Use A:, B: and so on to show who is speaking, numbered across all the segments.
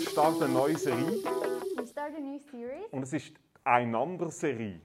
A: starten eine neue Serie
B: We start a new series.
A: und es ist die Einander-Serie.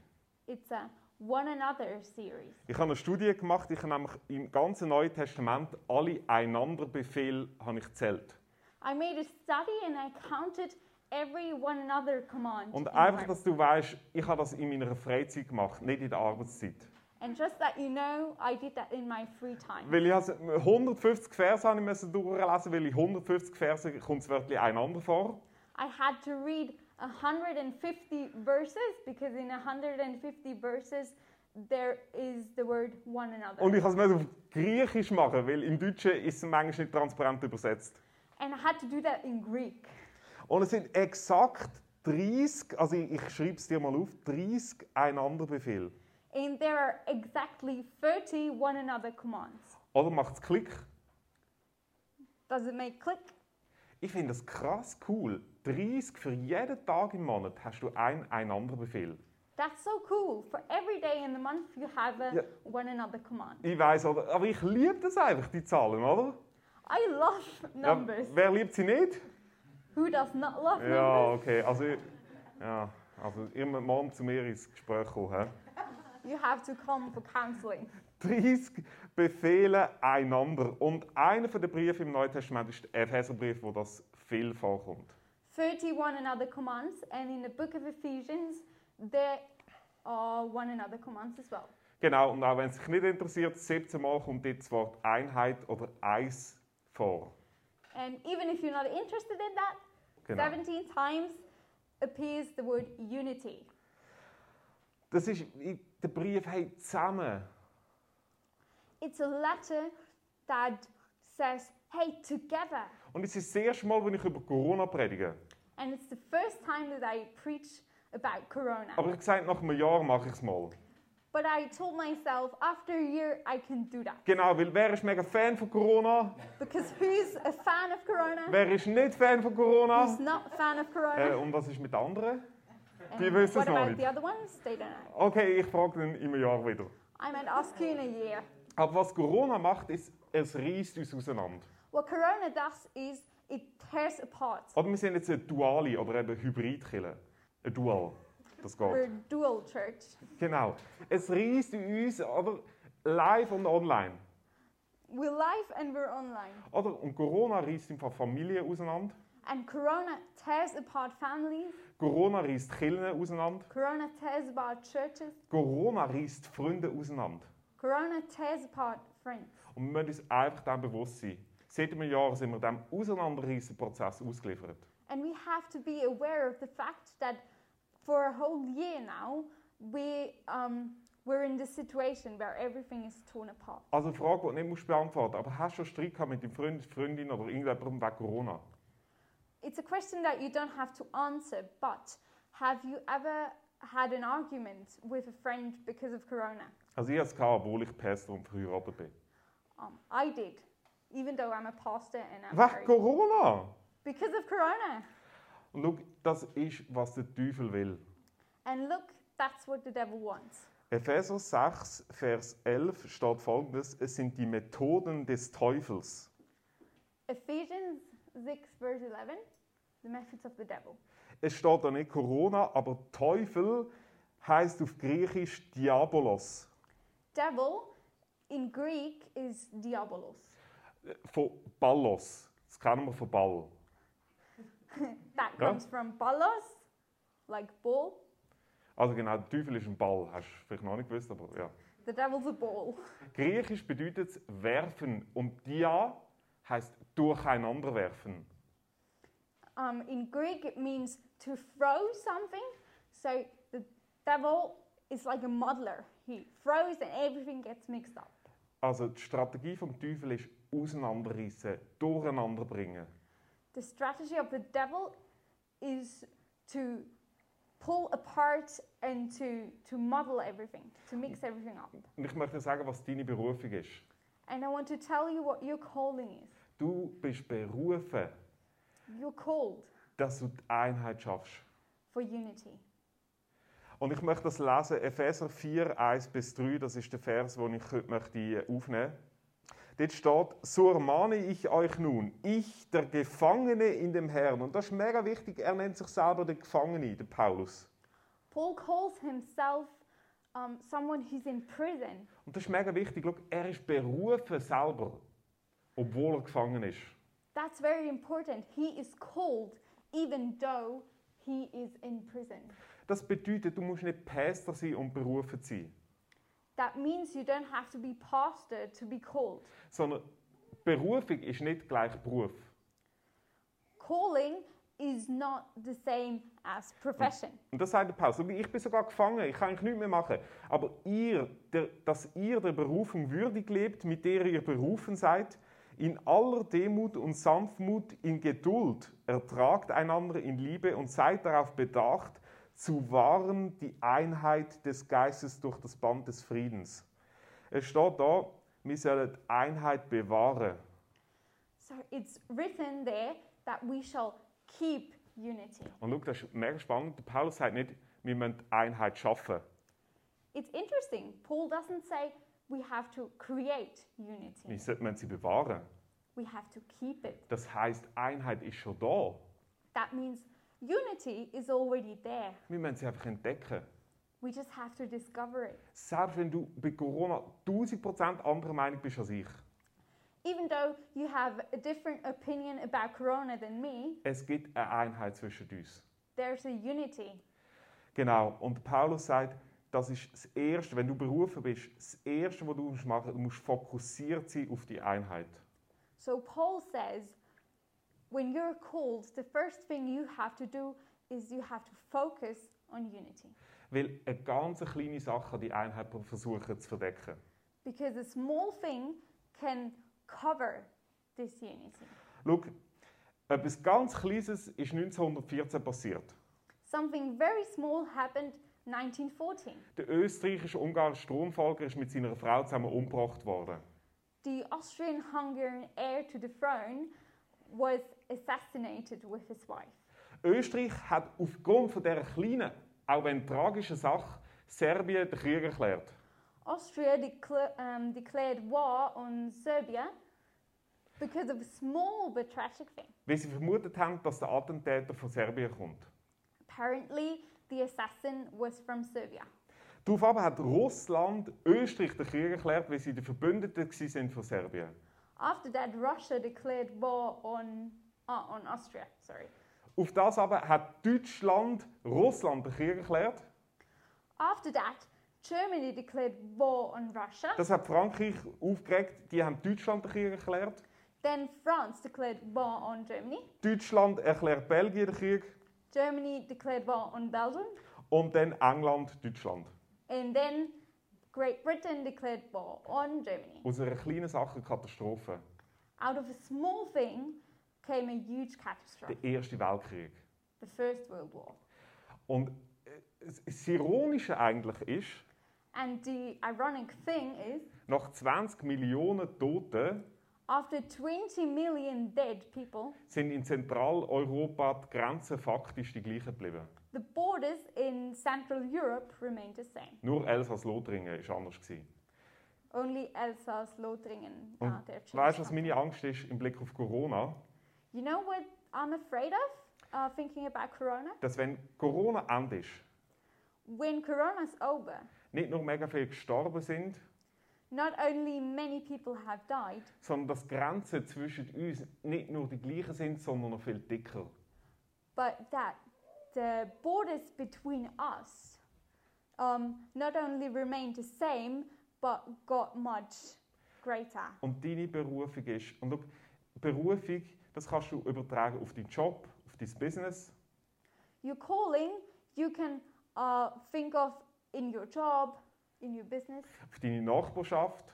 B: It's a One Another series.
A: Ich habe eine Studie gemacht, ich habe nämlich im ganzen Neuen Testament alle Einander-Befehle habe ich gezählt.
B: I made a study and I counted every One Another command. in
A: Und
B: the
A: einfach,
B: Bible.
A: dass du weißt, ich habe das in meiner Freizeit gemacht, nicht in der Arbeitszeit.
B: And just that you know, I did that in my free time.
A: Weil ich also 150 Verse habe ich müssen durchlesen, weil in 150 Versen kommt das Wörtchen einander vor.
B: I had to read 150 verses because in 150 verses there is the word one another.
A: Und ich musste es auf Griechisch machen, weil im Deutschen ist es manchmal nicht transparent übersetzt.
B: and I had to do that in Greek.
A: Und es sind exakt 30, also ich, ich schreibe es dir mal auf, 30 Einanderbefehl.
B: And there are exactly 30 one another commands.
A: Oder macht's Klick?
B: Does it make click?
A: Ich finde das krass cool. 30 für jeden Tag im Monat hast du einen Einanderbefehl.
B: That's so cool. For every day in the month you have a
A: Yeah.
B: one another command.
A: Ich weiß, oder? Aber ich liebe das einfach, die Zahlen, oder?
B: I love
A: Ja,
B: numbers.
A: wer liebt sie nicht?
B: Who does not love
A: Ja,
B: numbers?
A: okay. Also, ja, also ihr müsst morgen zu mir ins Gespräch kommen. He?
B: You have to come for counseling.
A: 30 Befehle einander. Und einer der Briefe im Neuen Testament ist der Epheserbrief, wo das viel vorkommt.
B: 31 another commands, and in the book of Ephesians, there are one another commands as well.
A: Genau, und auch wenn es dich nicht interessiert, 17 Mal kommt dort das Wort Einheit oder Eis vor.
B: And even if you're not interested in that,
A: Genau.
B: 17 times appears the word unity.
A: Das ist in- der Brief hey, zusammen.
B: It's a letter that says, hey, together.
A: Und es ist das erste Mal, wenn ich über Corona predige.
B: And it's the first time that I preach about Corona.
A: Aber ich sage, nach einem Jahr mache ich es mal.
B: But I told myself, after a year, I can do that.
A: Genau, weil wer ist mega Fan von Corona?
B: Because who's a fan of Corona?
A: Wer ist nicht Fan von Corona?
B: Who's not a fan of
A: Äh,
B: Corona?
A: und was ist mit anderen? die
B: And
A: wissen es
B: what
A: noch
B: about
A: nicht.
B: the other ones? They don't know.
A: Okay, ich frage dann im Jahr wieder.
B: I might ask you in a year.
A: Aber was Corona macht, ist, es reißt uns auseinander.
B: What Corona does is it tears apart.
A: Aber wir sind jetzt eine Duale oder eben Hybridkille. Ein Dual. Das
B: We're
A: geht.
B: dual church.
A: Genau. Es reißt uns oder live und online.
B: We're live and we're online.
A: Oder? Und Corona reißt im Fall Familien auseinander.
B: And Corona tears apart families.
A: Corona reißt Killen auseinander.
B: Corona tears apart churches.
A: Corona reißt Freunde auseinander.
B: Corona tears apart friends.
A: Und wir müssen uns einfach dem bewusst sein. Seit einem Jahr sind wir dem auseinanderreißen Prozess ausgeliefert.
B: And we have to be aware of the fact that for a whole year now, we, um, we're in this situation where everything is torn apart.
A: Also eine Frage, die du nicht musst beantworten musst. Aber hast du schon Streit gehabt mit deinem Freund, Freundin oder irgendjemandem wegen Corona?
B: It's a question that you don't have to answer, but have you ever had an argument with a friend because of Corona?
A: Also ich hatte es, gehabt, obwohl ich Pester und verheiratet bin.
B: Um, I did, even though I'm a pastor and I'm
A: Wegen
B: married.
A: Corona!
B: because of Corona.
A: Und schau, das ist, was der Teufel will.
B: And look, that's what the devil wants.
A: Epheser 6, Vers 11 steht folgendes: Es sind die Methoden des Teufels.
B: Ephesians 6, verse 11, the methods of the devil.
A: Es steht da nicht Corona, aber Teufel heißt auf Griechisch Diabolos.
B: Devil in Greek is diabolos.
A: Von Ballos. Das kennen wir von Ball.
B: That
A: Ja.
B: comes from balos, like ball.
A: Also genau, der Teufel ist ein Ball. Hast du vielleicht noch nicht gewusst, aber ja.
B: The devil's a ball.
A: Griechisch bedeutet es werfen und Dia heißt durcheinander werfen.
B: Um, in Greek, it means to throw something. So the devil is like a muddler. He throws and everything gets mixed up.
A: Also die Strategie vom Teufel ist auseinanderreißen, durcheinander bringen.
B: The strategy of the devil is to pull apart and to, to muddle everything, to mix everything up.
A: Und ich möchte dir sagen, was deine Berufung ist.
B: And I want to tell you what your calling is.
A: Du bist berufen,
B: You're called
A: dass du die Einheit schaffst.
B: for unity.
A: Und ich möchte das lesen, Epheser 4, 1 bis 3, das ist der Vers, den ich heute möchte äh, aufnehmen möchte. Dort steht, so ermahne ich euch nun, ich, der Gefangene in dem Herrn. Und das ist mega wichtig, er nennt sich selber der Gefangene, der Paulus.
B: Paul calls himself um, someone who's in prison.
A: Und das ist mega wichtig, schau, er ist berufen selber, obwohl er gefangen ist.
B: That's very important. He is called even though he is in prison.
A: Das bedeutet, du musst nicht Päster sein und berufen zu sein,
B: That means you don't have to be pastor to be called.
A: sondern Berufung ist nicht gleich Beruf.
B: Calling is not the same as profession.
A: Und das sagt der Paulus. Schau, Ich bin sogar gefangen, ich kann eigentlich nichts mehr machen. Aber ihr, der, dass ihr der Berufung würdig lebt, mit der ihr berufen seid, in aller Demut und Sanftmut, in Geduld, ertragt einander in Liebe und seid darauf bedacht, zu wahren die Einheit des Geistes durch das Band des Friedens. Es steht da, wir sollen die Einheit bewahren.
B: So it's written there that we shall keep unity.
A: Und schau, das ist mega spannend. Der Paulus sagt nicht, wir müssen die Einheit schaffen.
B: It's interesting. Paul doesn't say we have to create
A: Wir
B: unity,
A: müssen sie bewahren.
B: we have to keep it.
A: Das heißt, Einheit ist schon da.
B: That means unity is already there.
A: Wir müssen sie einfach entdecken.
B: We just have to discover it.
A: Selbst wenn du bei Corona 1000% anderer Meinung bist als ich.
B: Even though you have a different opinion about Corona than me,
A: Es gibt eine Einheit zwischen uns.
B: there's a unity.
A: Genau. Und Paulus sagt, das ist das Erste, wenn du berufen bist, das Erste, was du musst machen musst, du musst fokussiert sein auf die Einheit.
B: So Paul says when you're called, the first thing you have to do is you have to focus on unity
A: Weil eine ganz kleine Sache kann die Einheit versuchen zu verdecken.
B: because a small thing can cover this unity.
A: Schau, etwas ganz Kleines ist 1914 passiert.
B: Something very small happened 1914.
A: Der österreichische ungarische Thronfolger ist mit seiner Frau zusammen umgebracht worden.
B: The Austrian-Hungarian heir to the throne was assassinated with his wife.
A: Österreich hat aufgrund von dieser kleinen, auch wenn tragischen Sache, Serbien den Krieg erklärt.
B: Austria decla- um, declared war on Serbia because of a small but tragic thing.
A: Weil sie vermutet haben, dass der Attentäter von Serbien kommt.
B: Apparently, the assassin was from Serbia.
A: Daraufhin hat Russland Österreich den Krieg erklärt, weil sie die Verbündeten gewesen sind von Serbien.
B: After that, Russia declared war on ah, on Austria. Sorry.
A: Auf das aber hat Deutschland Russland den Krieg erklärt.
B: After that, Germany declared war on Russia.
A: Das hat Frankreich aufgeregt. Die haben Deutschland den Krieg erklärt.
B: Then France declared war on Germany.
A: Deutschland erklärt Belgien den Krieg.
B: Germany declared war on Belgium,
A: Und dann England, Deutschland.
B: and then Great Britain declared war on Germany.
A: Aus einer kleinen Sache Katastrophe.
B: Out of a small thing came a huge catastrophe,
A: Der Erste Weltkrieg.
B: the First World War.
A: Und äh, das Ironische eigentlich ist,
B: And the ironic thing is,
A: nach 20 Millionen Toten
B: after 20 million dead people,
A: sind in Zentraleuropa die Grenzen faktisch die gleichen geblieben.
B: the borders in Central Europe remained the same.
A: Nur Elsass-Lothringen war anders. Gewesen.
B: Only Elsass, Lothringen
A: Und
B: are there.
A: Weißt du, was meine Angst ist im Blick auf Corona?
B: You know what I'm afraid of uh, thinking about Corona?
A: Dass wenn Corona end ist,
B: When Corona's over,
A: nicht nur mega viele gestorben sind,
B: not only many people have died,
A: sondern dass die Grenzen zwischen uns nicht nur die gleichen sind, sondern noch viel dicker.
B: but that the borders between us um, not only remained the same, but got much greater.
A: Und deine Berufung ist, und schau, Berufung, das kannst du übertragen auf deinen Job, auf dein Business,
B: Your calling, you can uh, think of in your job, in your business,
A: auf deine Nachbarschaft,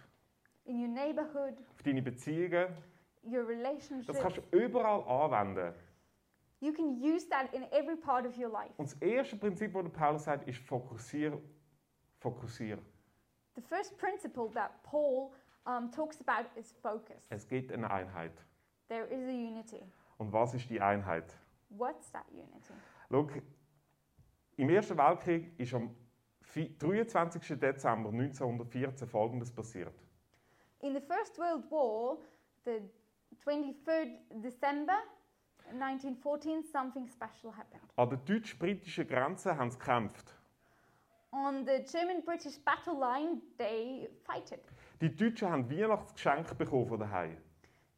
B: in your neighborhood,
A: auf deine Beziehungen.
B: your
A: Das kannst
B: relationships.
A: du überall anwenden.
B: You can use that in every part of your life.
A: Und das erste Prinzip, das der Paulus sagt, ist fokussier, fokussier.
B: The first principle that Paul um, talks about is focus.
A: Es gibt eine Einheit.
B: There is a unity.
A: Und was ist die Einheit?
B: What's that unity?
A: Schau, im Ersten Weltkrieg ist am vi- 23. Dezember 1914 Folgendes passiert.
B: In the First World War, the 23rd December 1914, something special happened.
A: An der deutsch-britischen Grenze haben sie gekämpft.
B: On the German British battle line, they fighted.
A: Die Deutschen haben Weihnachtsgeschenke bekommen von daheim.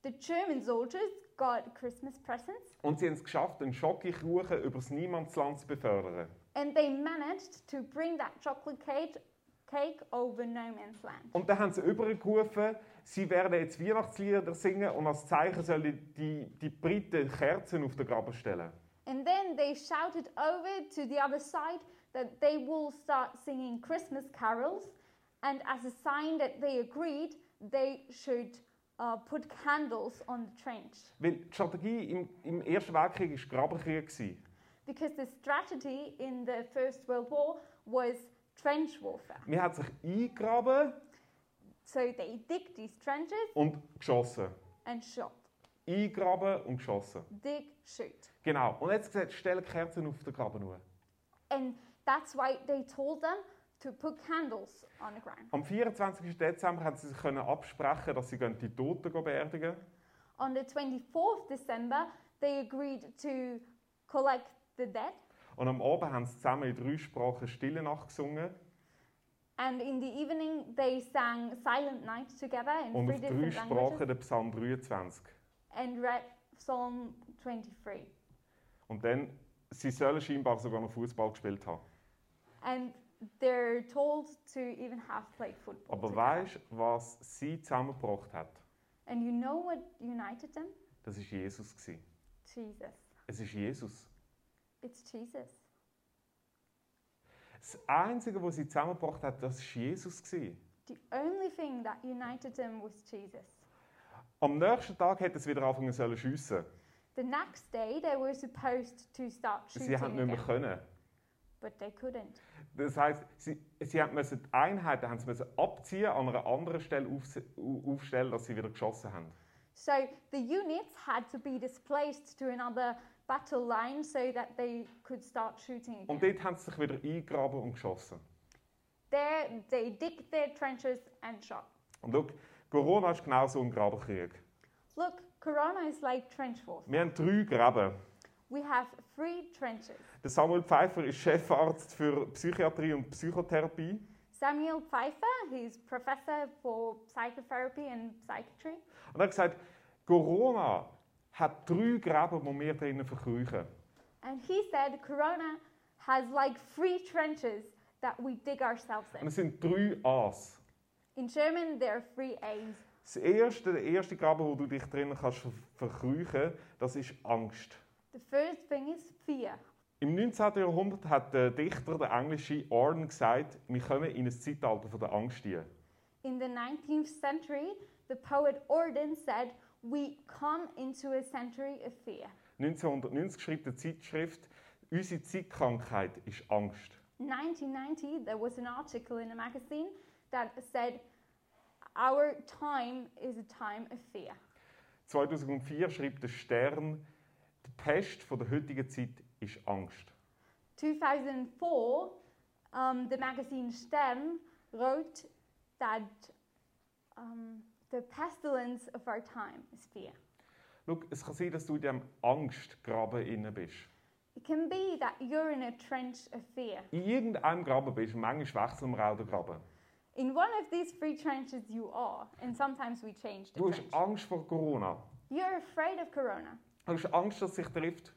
B: The German soldiers got Christmas presents
A: Und sie haben es geschafft, einen Schokokuchen übers Niemandsland zu befördern.
B: and they managed to bring that chocolate cake, cake over no man's land.
A: Und dann haben sie übergerufen, sie werden jetzt Weihnachtslieder singen und als Zeichen sollen die, die Briten Kerzen auf den Graben stellen.
B: And then they shouted over to the other side that they will start singing Christmas carols, and as a sign that they agreed, they should uh, put candles on the trench.
A: Weil die Strategie im, im Ersten Weltkrieg war Grabenkrieg. gewesen.
B: Because the strategy in the First World War was trench warfare.
A: Man hat sich eingegraben
B: So they dig these trenches
A: und geschossen.
B: and shot.
A: Eingraben und geschossen.
B: Dig, shoot.
A: Genau. Und jetzt gesagt, stell Kerzen auf den Graben nur.
B: And that's why they told them to put candles on the ground.
A: Am 24. Dezember haben sie sich können absprechen, dass sie gehen die Toten gehen beerdigen.
B: On the 24th December, they agreed to collect the dead,
A: Und am Abend haben sie zusammen in drei Sprachen Stille Nacht gesungen
B: and in the evening, they sang Silent Night together in
A: und
B: three
A: auf drei
B: different
A: Sprachen
B: languages
A: den Psalm 23.
B: and read Psalm 23.
A: Und dann, sie sollen scheinbar sogar noch Fußball gespielt haben.
B: And they're told to even have played football.
A: Aber
B: together.
A: weißt du, was sie zusammengebracht hat?
B: And you know what united them?
A: Das war Jesus. gewesen.
B: Jesus.
A: Es ist Jesus.
B: It's Jesus.
A: Das Einzige, was sie zusammengebracht hat, das war Jesus. gewesen.
B: The only thing that united them was Jesus.
A: Am nächsten Tag hätte es wieder anfangen sollen schiessen.
B: The next day, they were supposed to start shooting
A: Sie haben nicht mehr
B: again,
A: können.
B: but they couldn't.
A: Das heißt, sie, sie haben müssen die Einheiten haben sie müssen abziehen, an einer anderen Stelle aufs- au- aufstellen, dass sie wieder geschossen haben.
B: So the units had to be displaced to another battle line so that they could start shooting
A: Und
B: again.
A: dort haben sie sich wieder eingegraben und geschossen.
B: There, they dig their trenches and shot.
A: Und schau, Corona ist genau so ein Grabenkrieg.
B: Look, Corona is like trench wars.
A: Wir haben drei Gräben.
B: We have three trenches.
A: Der Samuel Pfeiffer ist Chefarzt für Psychiatrie und Psychotherapie.
B: Samuel Pfeiffer, he's professor for psychotherapy and psychiatry,
A: Und er hat gesagt, Corona hat drei Gräben, wo wir drinnen verkrüchen.
B: and he said Corona has like three trenches that we dig ourselves
A: Und
B: in.
A: es sind drei A's.
B: In German, there are three A's.
A: Das erste, der erste Graben, wo du dich drinnen kannst ver- verkrüchen, das ist Angst.
B: The first thing is fear.
A: Im 19. Jahrhundert hat der Dichter, der englische Orne, gesagt, wir kommen in ein Zeitalter von der Angst hier.
B: In the 19th century, the poet Orden said, We come into a century of fear.
A: 1990 schrieb die Zeitschrift, unsere Zeitkrankheit ist Angst.
B: 1990, there was an article in a magazine that said, Our time is a time of fear.
A: 2004 schrieb der Stern, die Pest von der heutigen Zeit ist Angst.
B: 2004, um, the magazine Stern wrote that um, the pestilence of our time is fear.
A: Schau, es kann sein, dass du in diesem Angstgraben inne bist.
B: It can be that you're in a trench of fear.
A: In irgendeinem Graben bist, manchmal wechseln wir auch den Graben.
B: In one of these three trenches, you are, and sometimes we change the
A: Du
B: trench.
A: hast Angst vor Corona.
B: You're afraid of corona.
A: Du hast Angst, dass es sich trifft.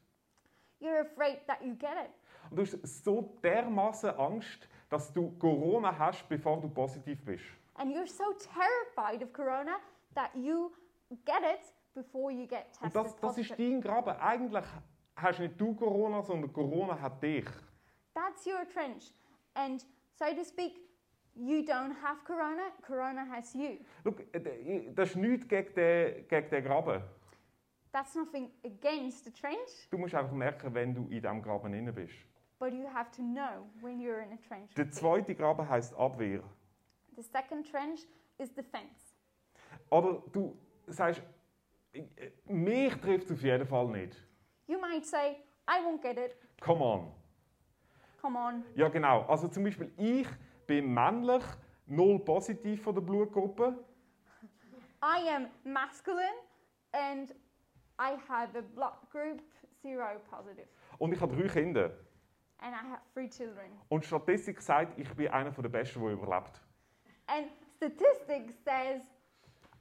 B: You're afraid that you get it.
A: Und du hast so dermaßen Angst, dass du Corona hast, bevor du positiv bist.
B: And you're so terrified of corona that you get it before you get
A: Und
B: tested.
A: das, das ist
B: positive.
A: dein Graben. Eigentlich hast nicht du Corona, sondern Corona hat dich.
B: That's your trench. And so to speak, you don't have corona, corona has you.
A: Schau, äh, das ist nichts gegen den, gegen den Graben.
B: That's nothing against the trench,
A: Du musst einfach merken, wenn du in diesem Graben inne bist.
B: but you have to know when you're in a trench.
A: Der zweite Graben heißt Abwehr.
B: The second trench is defense.
A: Oder du sagst, äh, äh, mich trifft es auf jeden Fall nicht.
B: You might say, I won't get it.
A: Come on.
B: Come on,
A: Ja, genau. Also zum Beispiel, ich bin männlich, null positiv von der Blutgruppe.
B: I am masculine and I have a blood group zero positive.
A: Und ich habe drei Kinder.
B: And I have three children.
A: Und die Statistik sagt, ich bin einer der Besten, der überlebt.
B: And statistics says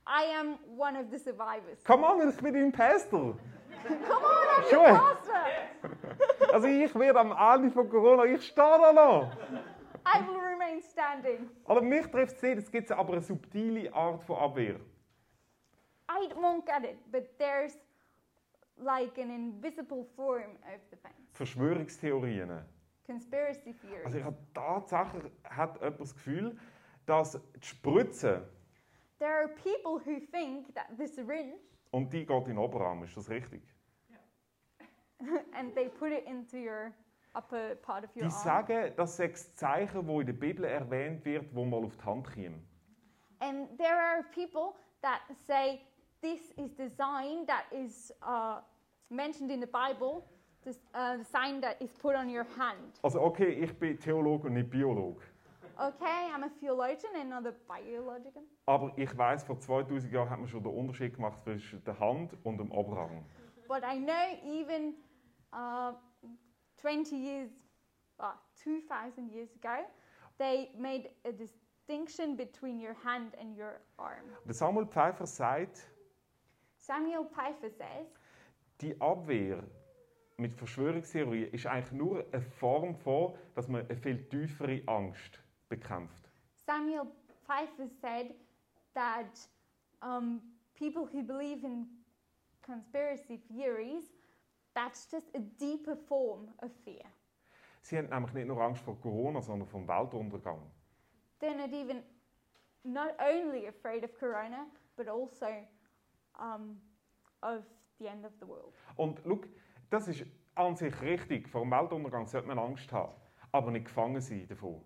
B: I am one of the survivors.
A: Come on, ich bin dein Pastor.
B: Come on, I'm
A: Sure.
B: your pastor.
A: Also ich werde am Ende von Corona, ich stehe da noch.
B: I will remain standing.
A: Aber mich trifft es nicht. Es gibt aber eine subtile Art von Abwehr.
B: I won't get it, but there's like an invisible form of defense.
A: Verschwörungstheorien.
B: Conspiracy
A: Also
B: theory.
A: ich habe tatsächlich hat jemand das Gefühl, dass die Spritze,
B: There are people who think that the syringe
A: und um die geht in den Oberarm, ist das richtig?
B: and they put it into your upper part of your
A: Die
B: arm.
A: sagen, das sei das Zeichen, das in der Bibel erwähnt wird, wo mal auf die Hand käme.
B: And there are people that say this is the sign that is uh, mentioned in the Bible, this, uh, the sign that is put on your hand.
A: Also okay, ich bin Theologe und nicht Biologe.
B: Okay, I'm a theologian and not a biologian.
A: Aber ich weiß, vor 2000 Jahren hat man schon den Unterschied gemacht zwischen der Hand und dem Oberarm.
B: But I know even uh, 20 years, well, 2,000 years ago, they made a distinction between your hand and your arm.
A: Der Samuel Pfeiffer sagt,
B: Samuel Pfeiffer says
A: die Abwehr mit Verschwörungstheorien ist eigentlich nur eine Form von, dass man eine viel tiefere Angst bekämpft.
B: Samuel Pfeiffer said that um, people who believe in conspiracy theories, that's just a deeper form of fear.
A: Sie haben nämlich nicht nur Angst vor Corona, sondern vom Weltuntergang.
B: They're not even, not only afraid of Corona, but also um, of the end of the world.
A: Und schau, das ist an sich richtig. Vor dem Weltuntergang sollte man Angst haben, aber nicht gefangen sein davon.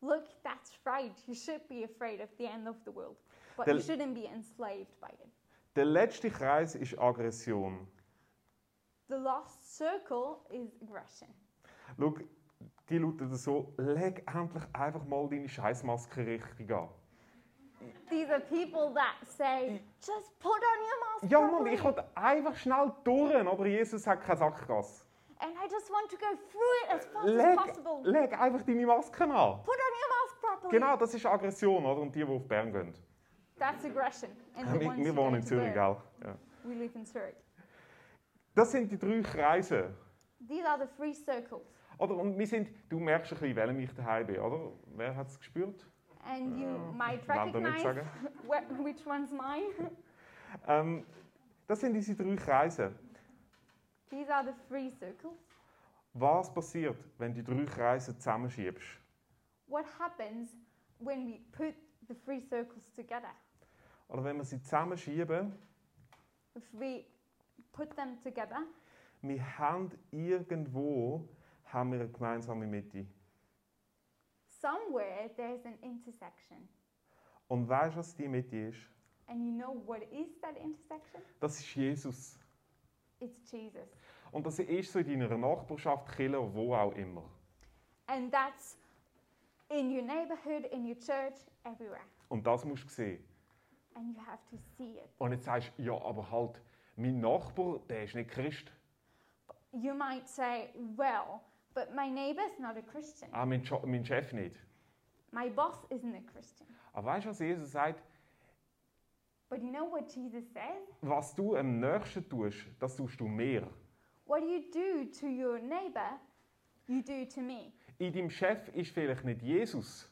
B: Look, that's right. You should be afraid of the end of the world, but
A: The-
B: you shouldn't be enslaved by it.
A: Der letzte Kreis ist Aggression.
B: The last circle is aggression.
A: Schau, die lautet so, leg endlich einfach mal deine Scheißmaske richtig an.
B: These are people that say, just put on
A: Ja,
B: your
A: Mann,
B: mask
A: ich
B: properly.
A: will einfach schnell durch, aber Jesus hat keine Sackgasse.
B: And I just want to go through it as fast as
A: Leg,
B: possible.
A: leg einfach deine Maske an.
B: Put on your mask properly.
A: Genau, das ist Aggression, oder? Und die, die auf Bern gehen.
B: That's aggression. And the
A: Wir,
B: ones
A: wir
B: who go
A: wohnen in
B: to
A: Zürich,
B: Bern.
A: gell? Ja.
B: We live in Zurich.
A: Das sind die drei Kreise.
B: These are the three circles.
A: Oder, und wir sind, du merkst ein bisschen, welchem ich daheim bin, oder? Wer hat es gespürt?
B: And you
A: Ja,
B: might
A: Wanda nicht
B: recognize
A: sagen.
B: wh- which one's mine.
A: Ähm, das sind diese drei Kreise.
B: These are the three circles.
A: Was passiert, wenn du die drei Kreise zusammenschiebst?
B: What happens when we put the three circles together?
A: Oder wenn wir sie zusammenschieben,
B: If we put them together,
A: wir haben irgendwo haben wir eine gemeinsame Mitte.
B: somewhere there's an intersection.
A: Und weißt du, was die Mitte ist?
B: And you know what is that intersection?
A: Das ist Jesus.
B: It's Jesus.
A: Und das ist so in deiner Nachbarschaft, Killer, wo auch immer.
B: And that's in your neighborhood, in your church, everywhere.
A: Und das musst du sehen.
B: And you have to see it.
A: Und jetzt sagst du, ja, aber halt, mein Nachbar, der ist nicht Christ.
B: You might say, well, but my neighbor's not a Christian.
A: Auch mein, jo mein Chef nicht.
B: My boss isn't a Christian.
A: Aber weißt du, was Jesus sagt?
B: But you know what Jesus says?
A: Was du am Nächsten tust, das tust du mehr.
B: What you do to your neighbor, you do to me.
A: In deinem Chef ist vielleicht nicht Jesus,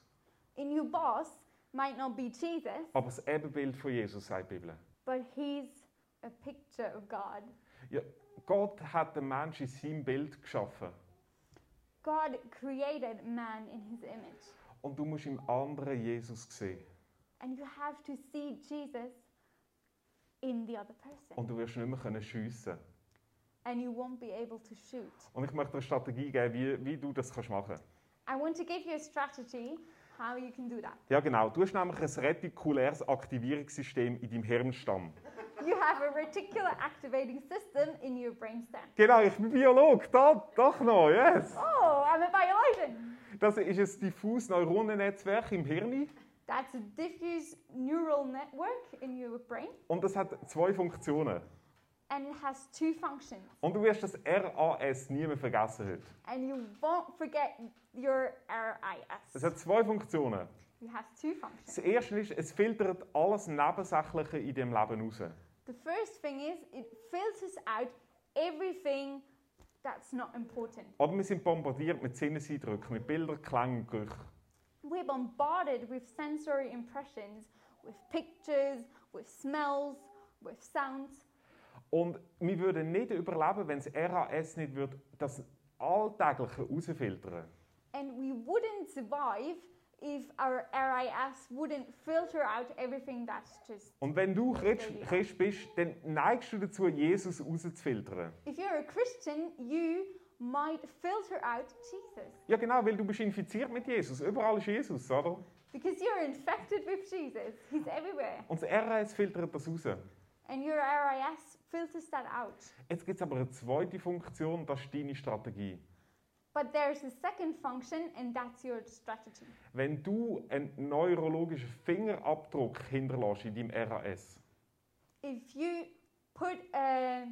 B: In your boss might not be Jesus,
A: aber das Ebenbild von Jesus, sagt die Bibel.
B: but he's a picture of God.
A: Ja, Gott hat den Menschen in seinem Bild geschaffen.
B: God created man in his image.
A: Und du musst im anderen Jesus sehen.
B: And you have to see Jesus in the other person.
A: Und du wirst nicht mehr schiessen können.
B: And you won't be able to shoot.
A: Und ich möchte dir eine Strategie geben, wie, wie du das kannst machen kannst.
B: I want to give you a strategy how you can do that.
A: Ja, genau. Du hast nämlich ein retikuläres Aktivierungssystem in deinem Hirnstamm.
B: You have a reticular activating system in your brainstem.
A: Genau, ich bin Biolog. Da, doch noch, yes.
B: Oh, I'm a biologist.
A: Das ist ein diffuses Neuronennetzwerk im Hirn.
B: That's a diffuse neural network in your brain,
A: Und das hat zwei Funktionen.
B: and it has two functions.
A: Und du wirst das RAS nie mehr vergessen heute.
B: And you won't forget your RIS.
A: Es hat zwei Funktionen.
B: It has two
A: Das
B: functions.
A: erste ist, es filtert alles Nebensächliche in dem Leben raus.
B: The first thing is it filters out everything that's not important.
A: Aber wir sind bombardiert mit Sinneseindrücken, mit Bildern, Klängen, Gerüchen.
B: We're bombarded with sensory impressions, with pictures, with smells, with sounds.
A: Und wir würden nicht überleben, wenn das RAS nicht würd das Alltägliche rausfiltern
B: And we wouldn't survive if our RIS wouldn't filter out everything that's just.
A: Und wenn du Christ, Christ bist, dann neigst du dazu, Jesus rauszufiltern.
B: If you're a Christian, you might filter out Jesus
A: Ja genau, weil du bist infiziert mit Jesus. Überall ist Jesus, oder?
B: because you're infected with Jesus. He's everywhere.
A: Und das RAS filtert das raus.
B: And your RIS filters that out.
A: Jetzt gibt es aber eine zweite Funktion, das ist deine Strategie.
B: But there's a second function, and that's your strategy.
A: Wenn du einen neurologischen Fingerabdruck hinterlässt in deinem RAS,
B: If you put a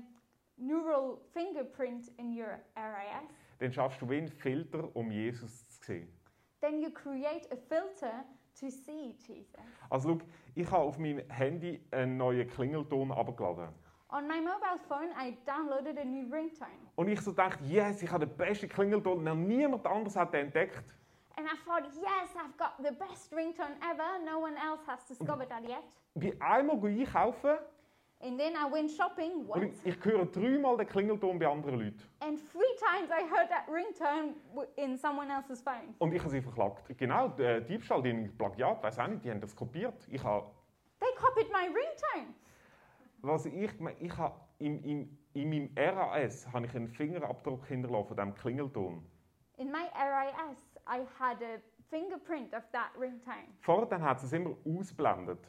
B: neural fingerprint in your RIS,
A: dann schaffst du wie einen Filter, um Jesus zu sehen.
B: then you create a filter to see Jesus.
A: Also schau, ich habe auf meinem Handy einen neuen Klingelton abgeladen.
B: On my mobile phone, I downloaded a new ringtone,
A: Und ich so dachte, yes, ich habe den besten Klingelton. Noch niemand anders hat den entdeckt.
B: and I thought, yes, I've got the best ringtone ever. No one else has discovered that yet.
A: Bin einmal einkaufen
B: And then I went shopping
A: und
B: once,
A: ich, ich höre dreimal den Klingelton bei anderen Leuten.
B: and three times I heard that ringtone w- in someone else's phone.
A: Und ich habe sie verklagt. Genau, der Diebstahl, den Plagiat, weiß auch nicht, die haben das kopiert. Ich habe,
B: They copied my ringtone.
A: was ich, geme- ich habe in, in, in meinem RAS habe ich einen Fingerabdruck hinterlassen von diesem Klingelton.
B: In my RIS, I had a fingerprint of that ringtone.
A: Vorher dann hat es immer ausblendet.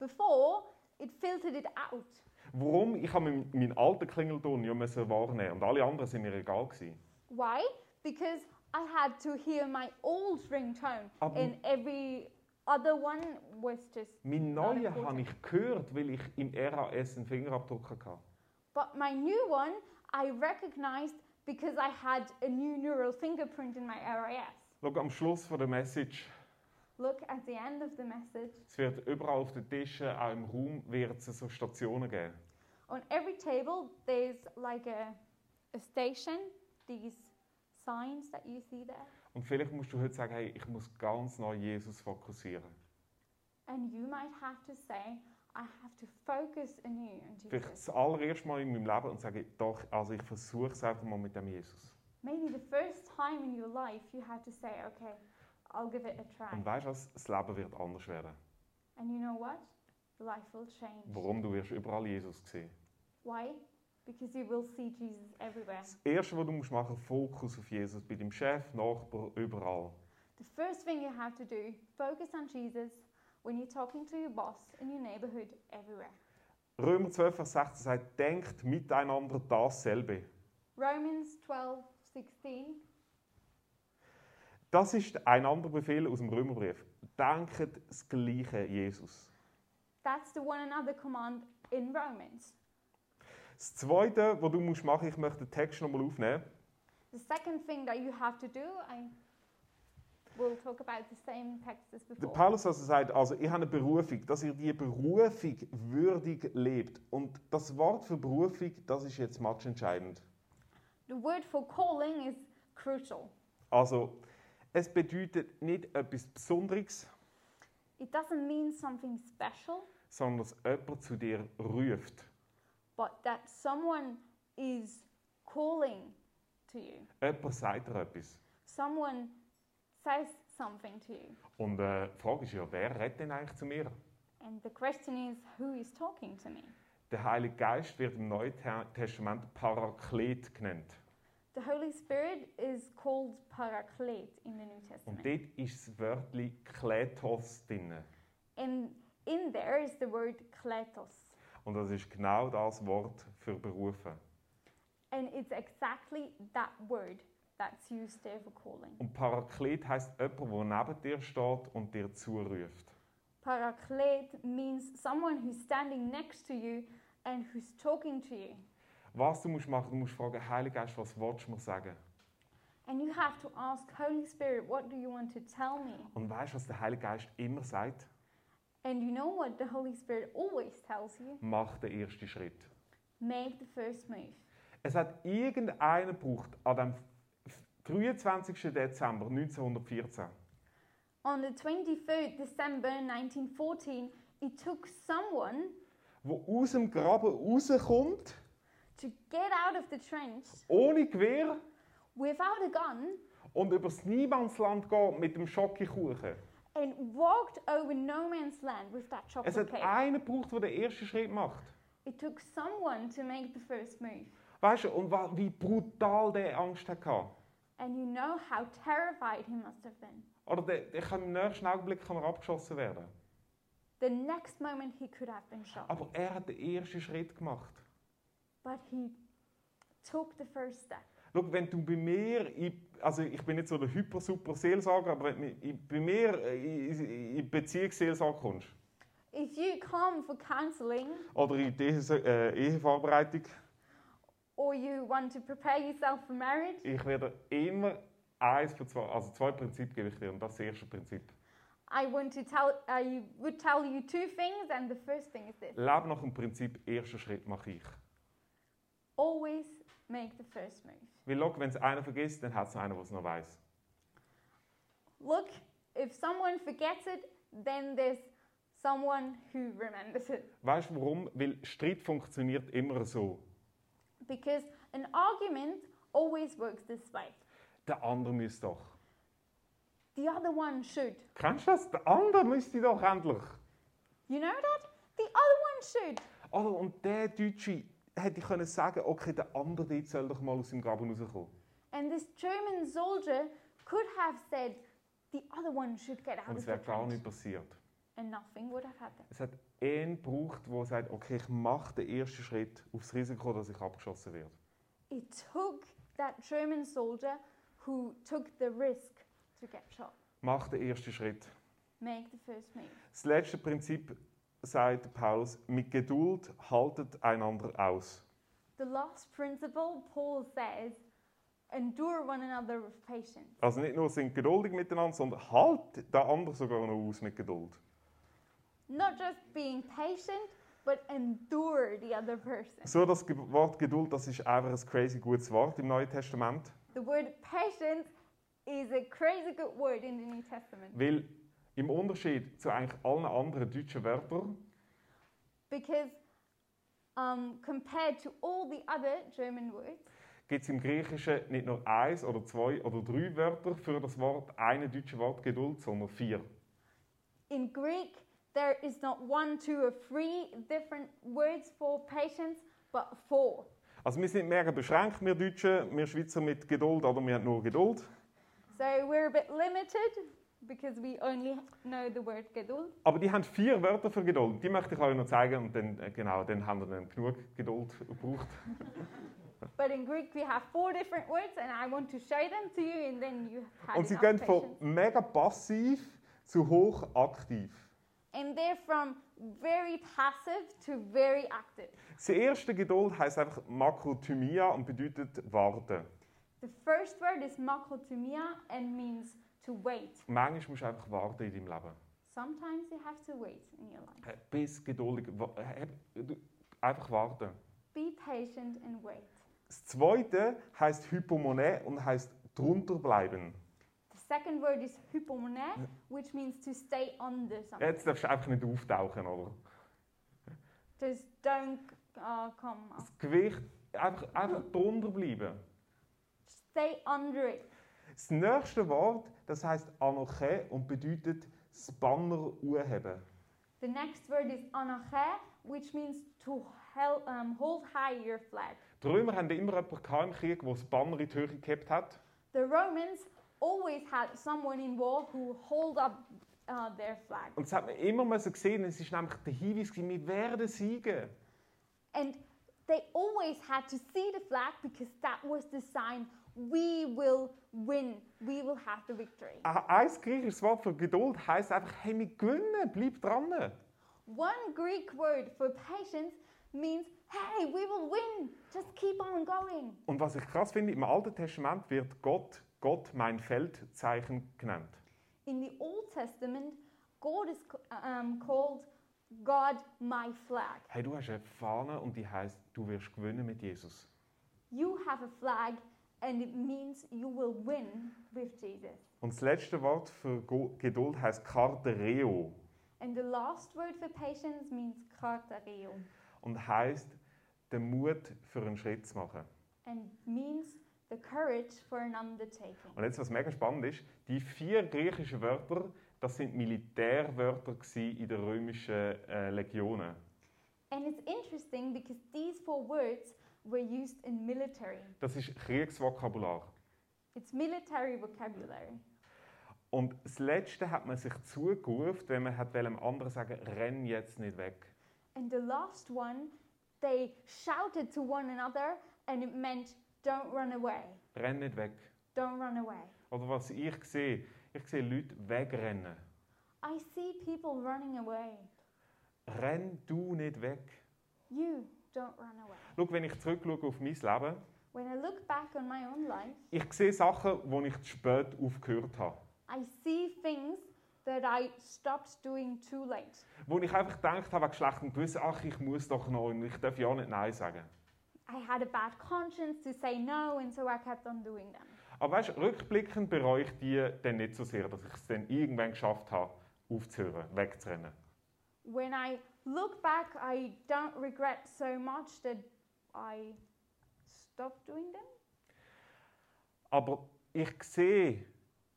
B: Before, it filtered it out
A: Warum? Ich habe meinen, meinen alten Klingelton ja müssen wahrnehmen und alle anderen sind mir egal gewesen.
B: Why? Because I had to hear my old ringtone,
A: Aber-
B: and every other one was just.
A: Mein
B: Ah,
A: neuen
B: cool.
A: habe ich gehört, weil ich im RAS einen Fingerabdruck hatte.
B: But my new one, I recognized because I had a new neural fingerprint in my RIS.
A: Schau, am Schluss von der Message,
B: Look at the end of the message.
A: es wird überall auf den Tischen, auch im Raum, wird es so Stationen geben.
B: On every table, there's like a, a station, these signs that you see there.
A: Und vielleicht musst du heute sagen, hey, ich muss ganz neu Jesus fokussieren.
B: And you might have to say, I have to focus anew on
A: Vielleicht
B: Jesus.
A: das allererste Mal in meinem Leben und sage, doch, also ich versuche es einfach mal mit dem Jesus.
B: Maybe the first time in your life you have to say, okay, I'll give it a try.
A: Und weißt du was? Das Leben wird anders werden.
B: And you know what? Life will change.
A: Warum? Du wirst überall Jesus sehen.
B: Why? Because you will see Jesus everywhere.
A: Das Erste, was du musst machen musst, Fokus auf Jesus. Bei deinem Chef, Nachbar, überall.
B: The first thing you have to do, focus on Jesus when you're talking to your boss in your neighborhood, everywhere.
A: Römer 12, Vers 16 sagt, denkt miteinander dasselbe.
B: Romans 12, 16.
A: Das ist ein anderer Befehl aus dem Römerbrief. Denkt das Gleiche, Jesus.
B: That's the one another command in Romans.
A: Das Zweite, was du musst machen musst, ich möchte den Text nochmal aufnehmen.
B: The second thing that you have to do, I will talk about the same text as
A: Der
B: before.
A: Paulus also sagt, also ihr habt eine Berufung, dass ihr die Berufung würdig lebt. Und das Wort für Berufung, das ist jetzt matchentscheidend.
B: The word for calling is crucial.
A: Also, es bedeutet nicht etwas Besonderes,
B: It doesn't mean something special,
A: sondern dass jemand zu dir ruft.
B: but that someone is calling to you.
A: Jemand sagt dir etwas.
B: Someone says something to you.
A: Und äh, die Frage ist ja, wer redet denn eigentlich zu mir?
B: And the question is, who is talking to me?
A: Der Heilige Geist wird im Neuen Te- Testament Paraklet genannt.
B: The Holy Spirit is called Paraclete in the New
A: Und
B: Testament.
A: dort ist das Wörtchen Kletos drin.
B: And in there is the word kletos.
A: Und das ist genau das Wort für Berufen.
B: And it's exactly that word, that's used there for calling.
A: Und Paraklet heißt jemand, der neben dir steht und dir zuruft.
B: Paraclete means someone who's standing next to you and who's talking to you.
A: Was du musst machen, du musst fragen, Heiliger Geist, was willst du mir sagen?
B: And you have to ask, Holy Spirit, what do you want to tell me?
A: Und weißt du, was der Heilige Geist immer sagt?
B: And you know what the Holy Spirit always tells you?
A: Mach den ersten Schritt.
B: Make the first move.
A: Es hat irgendeiner gebraucht an dem 23. Dezember 1914.
B: On the 23rd December 1914, it took someone
A: wo aus dem Graben rauskommt,
B: to get out of the trench
A: ohne Gewehr
B: without a gun
A: und übers Niemandsland geht mit dem Schokokuchen.
B: and walked over no man's land with that
A: Es
B: chocolate
A: hat
B: cake.
A: einen gebraucht, der den ersten Schritt macht.
B: It took someone to make the first move.
A: Weißt du, und wa- wie brutal der Angst hatte.
B: And you know how terrified he must have been.
A: Oder der, der kann im nächsten Augenblick kann er abgeschossen werden.
B: The next moment he could have been shot.
A: Aber er hat den ersten Schritt gemacht.
B: But he took the first step.
A: Schau, wenn du bei mir, in- also ich bin nicht so der hyper-super Seelsorger, aber wenn du in- bei mir äh, in, in Beziehungsseelsorge kommst,
B: If you come for counseling
A: oder in die Ehe- äh, Ehevorbereitung,
B: or you want to prepare yourself for marriage,
A: ich werde immer eins von zwei, also zwei Prinzipien gebe ich dir und das ist das erste Prinzip.
B: I want to tell I would tell you two things and the first thing is this.
A: Lebe nach dem Prinzip, ersten Schritt mache ich.
B: Always make the first move.
A: Weil schau, wenn es einer vergisst, dann hat es einen, der es noch weiß.
B: Look, if someone forgets it, then there's someone who remembers it.
A: Weißt du warum? Weil Streit funktioniert immer so.
B: Because an argument always works this way.
A: Der andere müsste doch.
B: The other one should.
A: Kennst du das? Der andere müsste doch endlich.
B: You know that? The other one should.
A: Oder Oh, und der Deutsche hätte ich können sagen, okay, der andere dort soll doch mal aus dem Graben rauskommen.
B: And this German soldier could have said, the other one should get out
A: Und
B: of
A: es
B: the
A: wäre gar
B: trench.
A: nicht passiert.
B: And nothing would have happened.
A: Es hat einen gebraucht, der sagt, okay, ich mache den ersten Schritt aufs Risiko, dass ich abgeschossen werde.
B: It took that German soldier who took the risk to get shot.
A: Mach den ersten Schritt.
B: Make the first move.
A: Das letzte Prinzip sagt Paulus, mit Geduld haltet einander aus.
B: The last principle, Paul says, endure one another with patience.
A: Also nicht nur sind geduldig miteinander, sondern halt den anderen sogar noch aus mit Geduld.
B: Not just being patient, but endure the other person.
A: So das Ge- Wort Geduld, das ist einfach ein crazy gutes Wort im Neuen Testament.
B: The word patience is a crazy good word in the New Testament
A: Weil im Unterschied zu eigentlich allen anderen deutschen Wörtern
B: because um, compared to all the other German words,
A: gibt es im Griechischen nicht nur eins oder zwei oder drei Wörter für das Wort, eine deutsche Wort Geduld, sondern vier.
B: in Greek there is not one, two, or three different words for patience, but four.
A: Also wir sind mehr beschränkt, wir Deutschen, wir Schweizer mit Geduld, oder wir haben nur Geduld.
B: So we're a bit limited because we only know the word gedul.
A: Aber die haben vier Wörter für Geduld. Die möchte ich euch noch zeigen und dann, äh, genau, dann haben wir dann genug Geduld gebraucht.
B: But in Greek we have four different words, and I want to show them to you, and then you have
A: Und sie
B: enough
A: gehen von
B: patience.
A: mega passiv zu hoch aktiv.
B: And they're from very passive to very active.
A: Das erste Geduld heißt einfach Makrothymia und bedeutet warten.
B: The first word is makotumia and means to wait.
A: Manchmal musst du einfach warten in deinem Leben.
B: Sometimes you have to wait in your life.
A: Äh, Bis geduldig. wa- äh, du- Einfach warten.
B: Be patient and wait.
A: Das zweite heißt Hypomone und heißt drunter bleiben.
B: The second word is hypomone, which means to stay under something.
A: Jetzt darfst du einfach nicht auftauchen, oder?
B: Just don't uh, come up.
A: Das Gewicht, einfach, einfach drunter bleiben.
B: Stay under it.
A: Das nächste Wort, das heißt Anoche und bedeutet das Banner anheben.
B: The next word is anarche, which means to hel- um, hold high your flag.
A: Die Römer haben immer jemanden gehabt im Krieg, der das Banner in die Höhe gehabt hat.
B: The Romans always had someone in war who hold up uh, their flag.
A: Und das hat man immer müssen sehen. Es war nämlich der Hinweis, gewesen, wir werden siegen.
B: And they always had to see the flag because that was the sign we will win. We will have the victory.
A: Ä- Ein griechisches Wort für Geduld heißt einfach, hey, wir gewinnen, bleib dran.
B: One Greek word for patience means, hey, we will win. Just keep on going.
A: Und was ich krass finde, im Alten Testament wird Gott, Gott mein Feldzeichen genannt.
B: In the Old Testament, God is c- um, called God my flag.
A: Hey, du hast eine Fahne und die heißt, du wirst gewinnen mit Jesus.
B: You have a flag and it means you will win with Jesus.
A: Und das letzte Wort für Go Geduld heißt Cartereo
B: And the last word for patience means kratereo
A: und heißt den Mut für einen Schritt zu machen.
B: and means the courage for an undertaking.
A: Und jetzt, was mega spannend ist, die vier griechischen Wörter, das sind Militärwörter gewesen in den römischen äh, Legionen.
B: And it's interesting because these four words were used in military.
A: Das ist Kriegsvokabular.
B: It's military vocabulary.
A: Und das Letzte hat man sich zugerufen, wenn man hat dem anderen sagen, renn jetzt nicht weg.
B: And the last one, they shouted to one another and it meant don't run away,
A: Renn nicht weg.
B: don't run away.
A: Oder was ich sehe, ich sehe Leute wegrennen.
B: I see people running away.
A: Renn du nicht weg.
B: You don't run away.
A: Schau, wenn ich zurückschaue auf mein Leben,
B: When I look back on my own life,
A: ich sehe Sachen, die ich zu spät aufgehört habe.
B: I see things that I stopped doing too late.
A: Wo ich einfach gedacht habe, wegen schlechtem Gewissen, ach, ich muss doch noch und ich darf ja nicht Nein sagen.
B: I had a bad conscience to say no, and so I kept on doing them.
A: Aber weißt, rückblickend bereue ich die dann nicht so sehr, dass ich es dann irgendwann geschafft habe, aufzuhören, wegzurennen.
B: When I look back, I don't regret so much that I stopped doing them.
A: Aber ich sehe,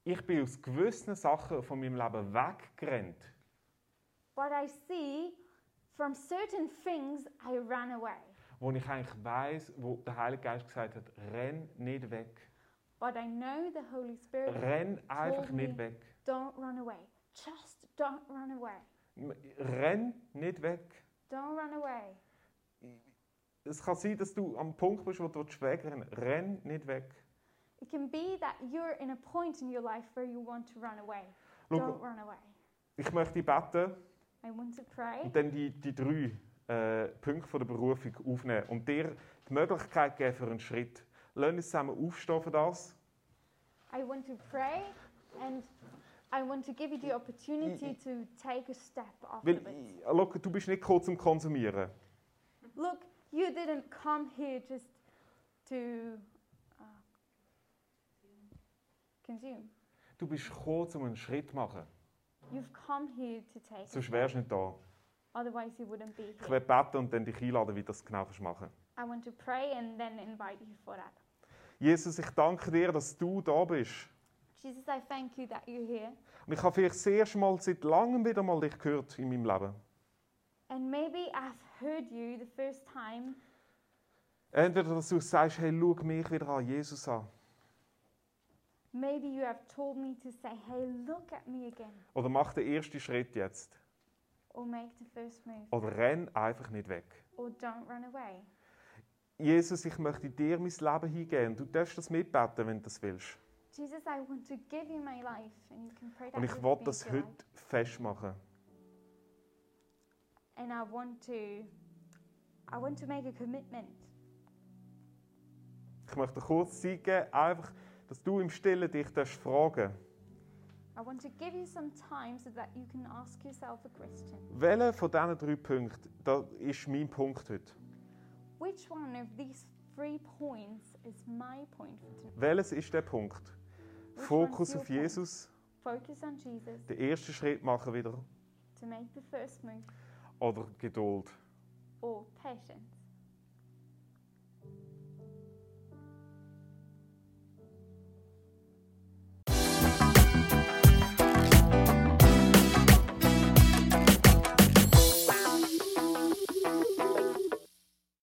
A: ich bin aus gewissen Sachen von meinem Leben weggerannt.
B: But I see from certain things I ran away.
A: Wo ich eigentlich weiß, wo der Heilige Geist gesagt hat, renn nicht weg.
B: But I know the Holy Spirit,
A: Renn einfach
B: Told me.
A: nicht weg.
B: don't run away. Just don't run away.
A: M- Renn nicht weg.
B: Don't run away.
A: Es kann sein, dass du am Punkt bist, wo du wegrennen willst. Renn nicht weg.
B: It can be that you're in a point in your life where you want to run away. Don't
A: Schau,
B: run away.
A: ich möchte beten
B: I want to pray.
A: und dann die, die drei äh, Punkte von der Berufung aufnehmen und dir die Möglichkeit geben für einen Schritt. Lass uns zusammen aufstehen für das.
B: I want to pray and I want to give you the opportunity to take a step
A: Weil,
B: afterwards.
A: äh, schau, du bist nicht gekommen zum Konsumieren.
B: Look, you didn't come here just to uh, consume.
A: Du bist gekommen, um einen Schritt zu machen.
B: You've come here to take a
A: Sonst wärst du nicht da.
B: Otherwise, you wouldn't be
A: Ich
B: here.
A: werde beten und dann dich einladen, wie du das genau kannst machen
B: I want to pray and then invite you for that.
A: Jesus, ich danke dir, dass du da bist.
B: Jesus, I thank you that you're here.
A: Und ich habe vielleicht das erste Mal seit langem wieder mal dich gehört in meinem Leben.
B: And maybe I've heard you the first time.
A: Entweder, dass du sagst, hey, schau mich wieder an Jesus an.
B: Maybe you have told me to say, hey, look at me again,
A: Oder mach den ersten Schritt jetzt.
B: or make the first move,
A: Oder renn einfach nicht weg.
B: or don't run away.
A: Jesus, ich möchte dir mein Leben hingeben. Du darfst das mitbeten, wenn du das willst.
B: Jesus, I want to give you my life, and you can pray that
A: Und ich
B: with
A: will
B: me
A: das
B: if you like.
A: heute festmachen.
B: And I want to, I want to make a commitment.
A: Ich möchte kurz Zeit geben, einfach, dass du im Stillen dich darfst fragen
B: I want to give you some time so that you can ask yourself a question.
A: Welcher von diesen drei Punkten das ist mein Punkt heute?
B: Which one of these three points is my point for tonight?
A: Welches ist der Punkt?
B: Which
A: Fokus
B: one's your
A: auf Jesus,
B: Focus on Jesus
A: den ersten Schritt machen wieder
B: to make the first move
A: oder Geduld.
B: or patience.